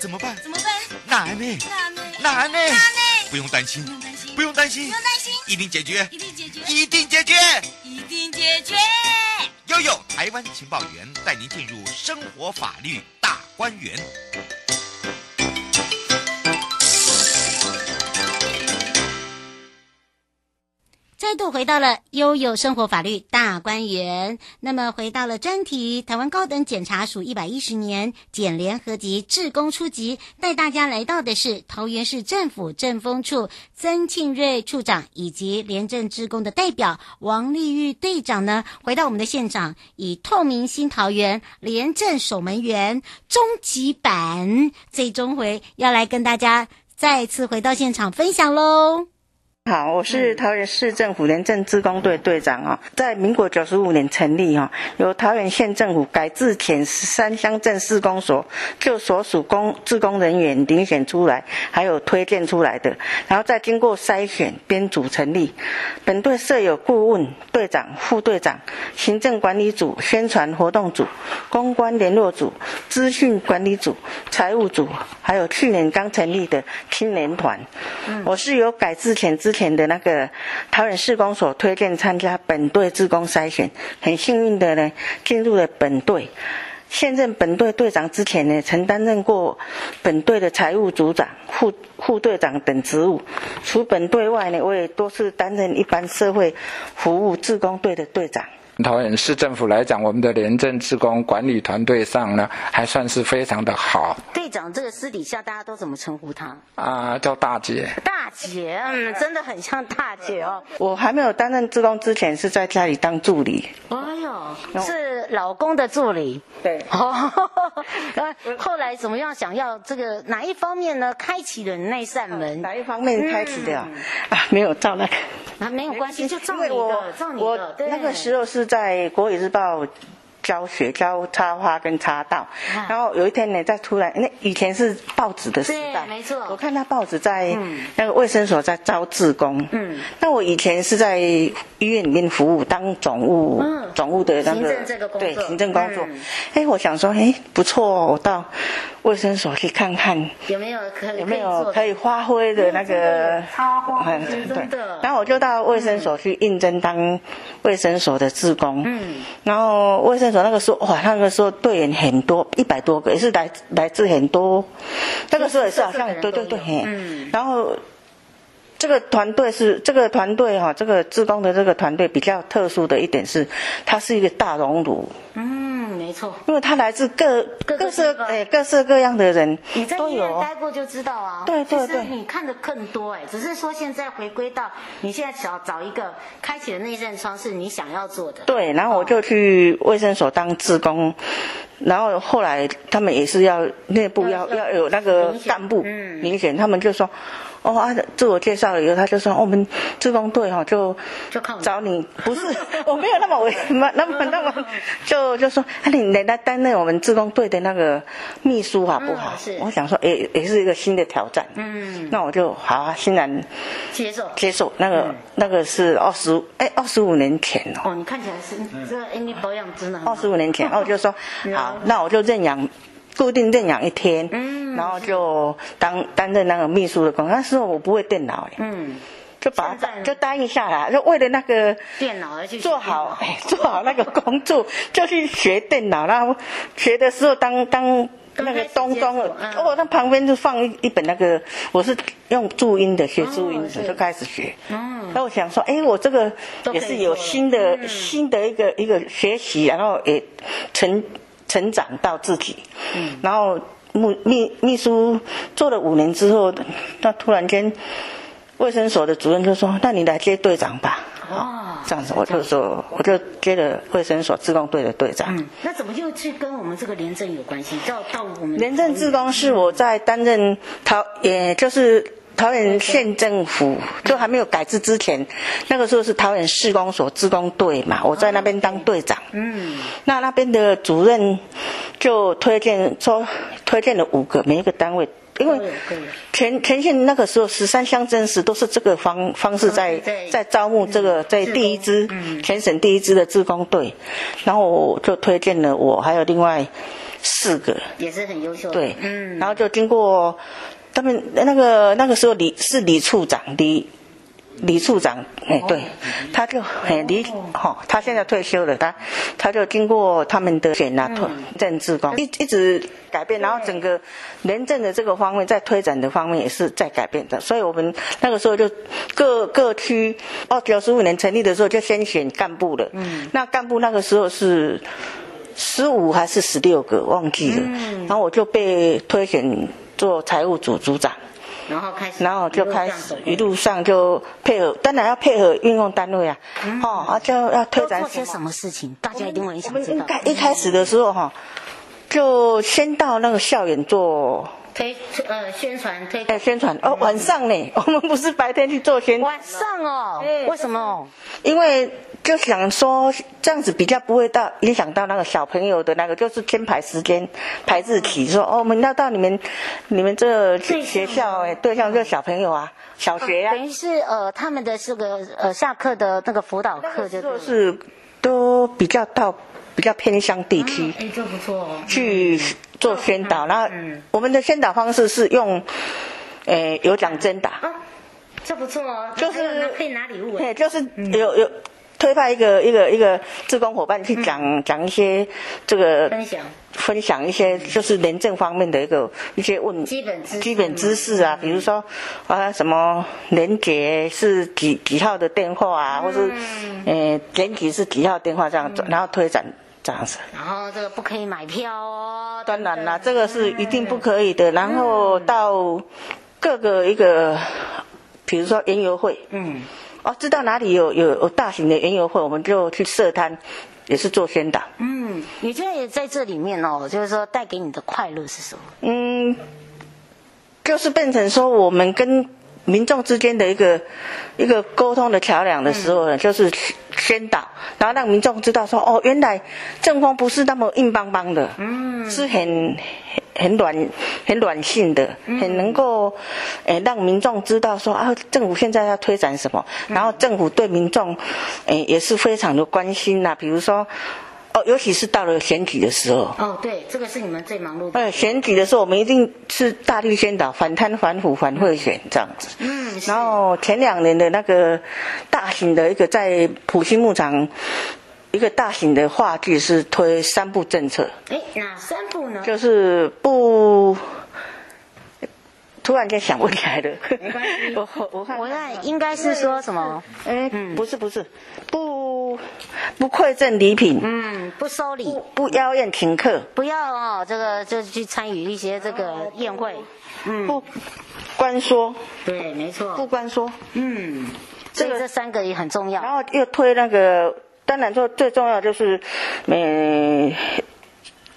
怎么办？怎么办？难呢，那呢？难呢，那呢？不用担心不，用担心，不用担心不，用担心，一定解决，一定解决，一定解决。一定解决。悠悠台湾情报员带您进入生活法律大观园。再度回到了悠悠生活法律大观园，那么回到了专题，台湾高等检察署一百一十年检联合集志工初级，带大家来到的是桃园市政府政风处曾庆瑞处长以及廉政职工的代表王丽玉队长呢，回到我们的现场，以透明新桃园廉政守门员终极版最终回要来跟大家再次回到现场分享喽。好，我是桃园市政府廉政自工队队长哦，在民国九十五年成立哦，由桃园县政府改制前十三乡镇市公所就所属公自工人员遴选出来，还有推荐出来的，然后再经过筛选编组成立。本队设有顾问、队长、副队长、行政管理组、宣传活动组、公关联络组、资讯管理组、财务组，还有去年刚成立的青年团。我是由改制前之前的那个桃园市公所推荐参加本队志工筛选，很幸运的呢进入了本队。现任本队队长之前呢，曾担任过本队的财务组长、副副队长等职务。除本队外呢，我也多次担任一般社会服务志工队的队长。桃园市政府来讲，我们的廉政职工管理团队上呢，还算是非常的好队长这个私底下大家都怎么称呼他？啊、叫大姐。大姐，嗯，真的很像大姐哦。我还没有担任志工之前，是在家里当助理。哎呦，是老公的助理。对哦，呃 后来怎么样？想要这个哪一方面呢？开启了那扇门，哪一方面开始的啊？啊没有照那个。啊，没有关系，就照因你为我的，照你我的。对那个时候是在《国语日报》教学教插花跟插道，啊然后有一天呢，在突然那以前是报纸的时对代，没错我看到报纸在那个卫生所在招志工，嗯，那我以前是在医院里面服务，当总务，嗯总务的那行个政这个工对作行政工作嗯，哎，我想说，哎，不错哦，我到卫生所去看看。有没有可以有没可以有做可以发挥的那个嗯？插花嗯真对的。然后我就到卫生所去应征当卫生所的志工。嗯。然后卫生所那个时候，哇，那个时候队员很多，一百多个，也是来来自很多。那个时候也是好像各色的人对对都对有，嘿嗯然后这个团队是这个团队哈、这个志工的这个团队比较特殊的一点是，它是一个大熔炉，嗯，没错。因为它来自各各个各色地方诶各色各样的人你在都医有院哦。待过就知道啊，对对其实对你看的更多哎，只是说现在回归到你现在找找一个开启的那一扇窗是你想要做的，对，然后我就去卫生所当志工，然后后来他们也是要内部要要要有那个遴选干部嗯遴选，他们就说，哦啊，自我介绍了以后，他就说、哦我们志工队哈、哦、就就靠你找你，不是我没有那么委那那么那么嗯就就说，啊你来来担任我们志工队的那个秘书好不好嗯？是我想说也也是一个新的挑战，嗯，那我就好啊，欣然接受。接受那个、嗯那个是二十五哎二十五年前哦。哦，你看起来是嗯这个哎，你保养真的很好二哦十五年哦前，然后我就说好，那我就认养，固定认养一天，嗯然后就当担任那个秘书的工作。那时候我不会电脑，哎嗯，就把现在它就答应下来，就为了那个电脑要去做好、哎、做好那个工作，就去学电脑。然后学的时候当当。刚那开个始东接东触了，嗯哦，那旁边就放一一本那个，我是用注音的，学注音哦是的，就开始学。嗯，那我想说，哎，我这个都可以嗯也是有新的、新的一个一个学习，然后也成成长到自己。嗯，然后秘秘秘书做了五年之后，那突然间卫生所的主任就说：“那你来接队长吧。”哦这样子我就说，我就接了卫生所自工队的队长。嗯，那怎么又去跟我们这个廉政有关系？到到我们廉政志工是我在担任桃，也就是桃园县政府，嗯就还没有改制之前，那个时候是桃园市公所志工队嘛，我在那边当队长。嗯，那那边的主任就推荐说，推荐了五个，每一个单位，因都有为都有全全县那个时候十三乡镇市都是这个方方式在对在招募这个在志第一工支全省第一支的志工队，然后我就推荐了我还有另外四个，也是很优秀的。对，嗯，然后就经过他们那个那个时候李是李处长李。李处长，哎、对，他就哎李，哈、他现在退休了，他他就经过他们的选啊，推政治工一一直改变，然后整个廉政的这个方面，在推展的方面也是在改变的，所以我们那个时候就各各区哦，九十五年成立的时候就先选干部了，嗯，那干部那个时候是。十五还是十六个忘记了，然后我就被推选做财务组组长，然后开始，然后就开一路这始样走一路上就配合，当然要配合运用单位啊，哦，啊就要推都展做些什么事情，大家一定会很我想们知应道。该一开始的时候哈，就先到那个校园做推呃宣传推呃宣传，哦，晚上呢， 我们不是白天去做宣传，晚上哦，为什么？因为就想说这样子比较不会到影响到那个小朋友的那个，就是先排时间、排日期，说哦，我们要到你们你们这学校哎，对象就是小朋友啊，小学呀、等于是呃他们的这个呃下课的那个辅导那课个就时候是都比较到比较偏乡地区。哎这不错哦，去做宣导，嗯然后我们的宣导方式是用，诶、有奖征答，啊这不错哦，就是可以拿礼物哎对，就是有有推派一个一个一个志工伙伴去讲、讲一些这个嗯分享。分享一些就是廉政方面的一个一些问基本知识嗯基本知识啊，比如说啊什么连接是几几号的电话嗯啊，或是呃连接是几号电话这样子，然后推展这样子。然后这个不可以买票哦，当然啦，这个是一定不可以的。然后到各个一个，比如说园游会，嗯，哦，知道哪里有有有大型的园游会，我们就去设摊，也是做宣导。嗯，你觉得也在这里面哦，就是说带给你的快乐是什么？嗯，就是变成说我们跟民众之间的一个一个沟通的桥梁的时候呢，就是宣导，然后让民众知道说，哦，原来政风不是那么硬邦邦的，嗯，是很很软很软性的，很能够诶、让民众知道说啊，政府现在要推展什么，然后政府对民众诶、也是非常的关心呐、比如说。哦，尤其是到了选举的时候，哦，对，这个是你们最忙碌的。呃，选举的时候，我们一定是大力宣导反贪、反腐、反贿选这样子。嗯，是然后前两年的那个大型的一个在普兴牧场一个大型的话剧是推三部政策，哎，哪三部呢？就是不。突然间想不起来了， 我我我看我嗯在应该是说什么？哎、不是不是，不不馈赠礼品，嗯，不收礼，不妖艳请客，不要哦，这个就去参与一些这个宴会。嗯，不官说，对，没错。不官说。嗯，所以这个这三个也很重要。然后又推那个，当然说最重要就是，嗯、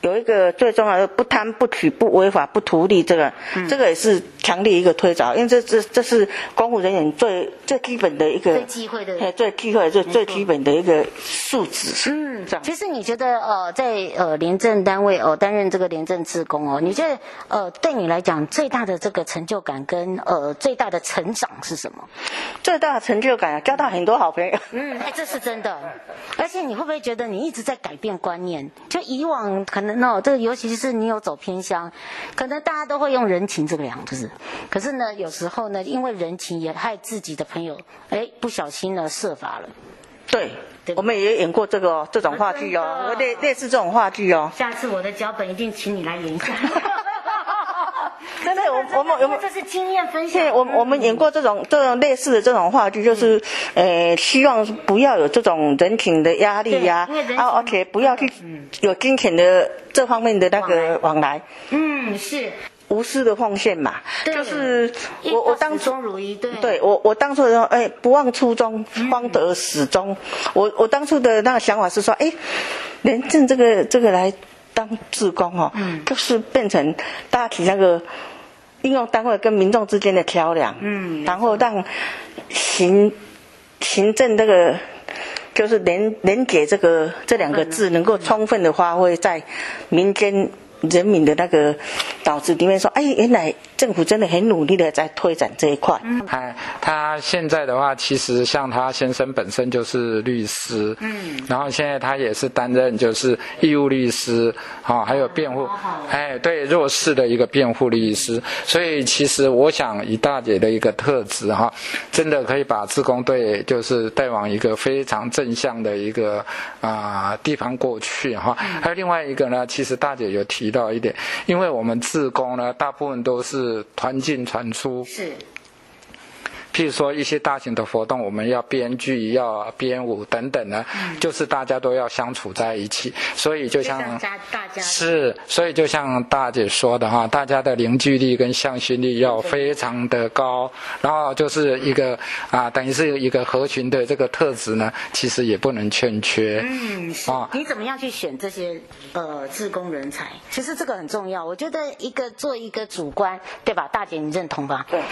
有一个最重要的不贪不取不违法不图利，这个、嗯这个也是强力一个推着，因为这这这是公务人员最最基本的一个最忌讳的哎最忌讳最最基本的一个素质。嗯这，样其实你觉得呃，在呃廉政单位哦、担任这个廉政职工哦，你觉得呃对你来讲最大的这个成就感跟呃最大的成长是什么？最大的成就感啊，交到很多好朋友。嗯，哎，这是真的。而且你会不会觉得你一直在改变观念？就以往可能哦，这个尤其是你有走偏乡，可能大家都会用人情这个两个字。可是呢，有时候呢，因为人情也害自己的朋友，哎，不小心呢设法了。对对，我们也演过这个哦，这种话剧啊哦真，的类类似这种话剧哦。下次我的脚本一定请你来演一 下。真的，我我们我们这是经验分现在享。嗯我我们演过这种这种类似的这种话剧，就是，嗯呃，希望不要有这种人情的压力呀、对因为人情啊，而且不要去有金钱的这方面的那个往来，嗯，是无私的奉献嘛。对就是我我当初中如一对嗯对我我当初的时候，哎，不忘初衷，方得始终。我我当初的那个想法是说，哎，廉政这个这个来当志工哦，嗯就是变成大家提那个应用单位跟民众之间的桥梁，嗯没然后让行行政这个。就是廉廉洁这嗯个这两个字能够充分的发挥在民间人民的那个导致里面说，哎，原来政府真的很努力的在推展这一块。哎，他现在的话，其实像他先生本身就是律师，嗯，然后现在他也是担任就是义务律师，啊、还有辩护，哎，对弱势的一个辩护律师。所以其实我想，以大姐的一个特质哈、真的可以把自工队就是带往一个非常正向的一个啊、地方过去哈、还有另外一个呢，其实大姐有提到一点，因为我们自工呢，大部分都是团进团出，是譬如说一些大型的活动，我们要编剧、要编舞等等呢，嗯就是大家都要相处在一起，所以就像大家是，所以就像大姐说的哈，大家的凝聚力跟向心力要非常的高，然后就是一个啊，等于是一个合群的这个特质呢，其实也不能欠缺。嗯，是啊你怎么样去选这些呃志工人才？其实这个很重要，我觉得一个做一个主观，对吧？大姐，你认同吧？对，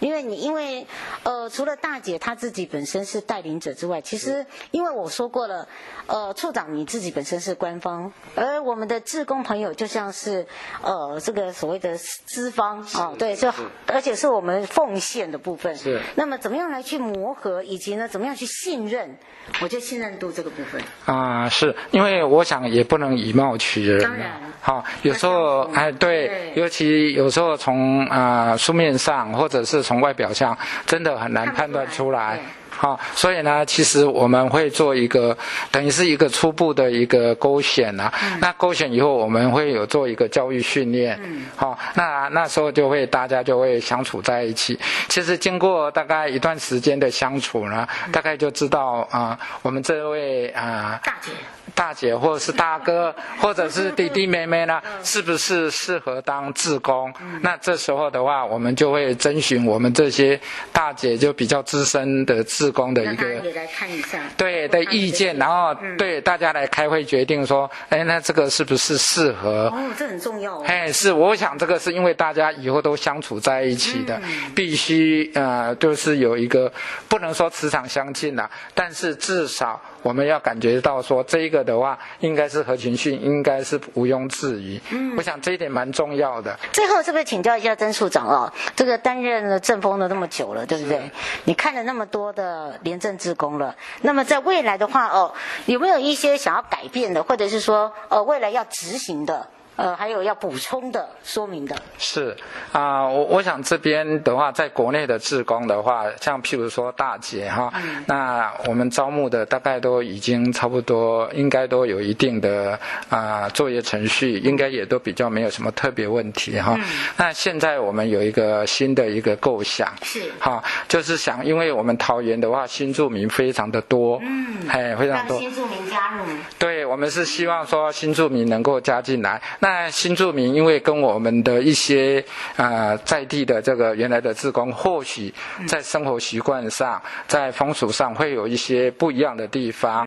因为你因为呃，除了大姐她自己本身是带领者之外，其实因为我说过了，呃，处长你自己本身是官方，而我们的志工朋友就像是呃这个所谓的资方啊、对，就而且是我们奉献的部分。是那么怎么样来去磨合，以及呢怎么样去信任？我觉得信任度这个部分。啊、是因为我想也不能以貌取人当啊然好、有时候要相处哎，对，对尤其有时候从啊、呃书面上或者是从外表上，真的很难判看不出来断出来对。好、所以呢，其实我们会做一个，等于是一个初步的一个勾选啊。那勾选以后，我们会有做一个教育训练。好、那那时候就会大家就会相处在一起。其实经过大概一段时间的相处呢，大概就知道啊、呃我们这位啊、呃大姐，大姐或者是大 哥或者是弟弟妹妹呢，是不是适合当志工？那这时候的话，我们就会征询我们这些大姐就比较资深的志工的那一大个家也来看一下。对的意见，嗯然后对大家来开会决定说，哎，那这个是不是适合？哦，这很重要哦。哎，是，我想这个是因为大家以后都相处在一起的，必须呃，就是有一个不能说磁场相近啦、但是至少我们要感觉到说这一个的话，应该是合群训，应该是毋庸置疑。嗯，我想这一点蛮重要的。最后是不是请教一下曾处长哦？这个担任了正风的那么久了，对不对？你看了那么多的廉政职工了，那么在未来的话哦，有没有一些想要改变的，或者是说呃未来要执行的，呃还有要补充的、说明的？是啊、我我想这边的话，在国内的志工的话，像譬如说大姐哈，那我们招募的大概都已经差不多，应该都有一定的啊、作业程序，应该也都比较没有什么特别问题哈。那现在我们有一个新的一个构想，是哈，就是想，因为我们桃园的话，新住民非常的多，嗯，哎，非常让多，新住民加入，对，我们是希望说新住民能够加进来。那新住民因为跟我们的一些呃在地的这个原来的志工，或许在生活习惯上、在风俗上会有一些不一样的地方。